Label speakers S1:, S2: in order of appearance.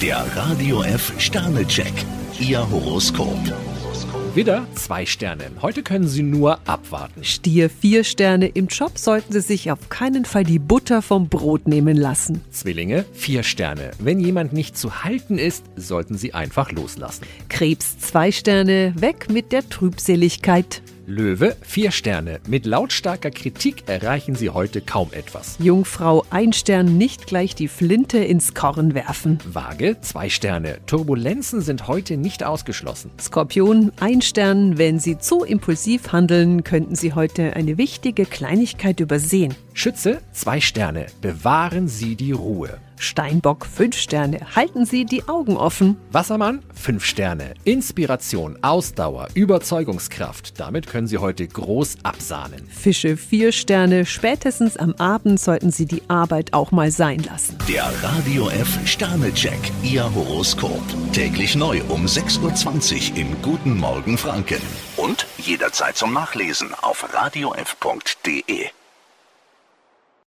S1: Der Radio F Sternecheck, Ihr Horoskop.
S2: Wieder zwei Sterne. Heute können Sie nur abwarten.
S3: Stier vier Sterne, im Job sollten Sie sich auf keinen Fall die Butter vom Brot nehmen lassen.
S2: Zwillinge, vier Sterne. Wenn jemand nicht zu halten ist, sollten Sie einfach loslassen.
S3: Krebs zwei Sterne, weg mit der Trübseligkeit.
S2: Löwe, vier Sterne. Mit lautstarker Kritik erreichen Sie heute kaum etwas.
S3: Jungfrau ein Stern, nicht gleich die Flinte ins Korn werfen.
S2: Waage, zwei Sterne. Turbulenzen sind heute nicht ausgeschlossen.
S3: Skorpion ein Stern, wenn Sie zu impulsiv handeln, könnten Sie heute eine wichtige Kleinigkeit übersehen.
S2: Schütze, zwei Sterne. Bewahren Sie die Ruhe.
S3: Steinbock fünf Sterne, halten Sie die Augen offen.
S2: Wassermann, fünf Sterne. Inspiration, Ausdauer, Überzeugungskraft. Damit können Sie heute groß absahnen.
S3: Fische vier Sterne, spätestens am Abend sollten Sie die Arbeit auch mal sein lassen.
S1: Der Radio F Sternecheck, Ihr Horoskop. Täglich neu um 6.20 Uhr im Guten Morgen Franken. Und jederzeit zum Nachlesen auf radiof.de.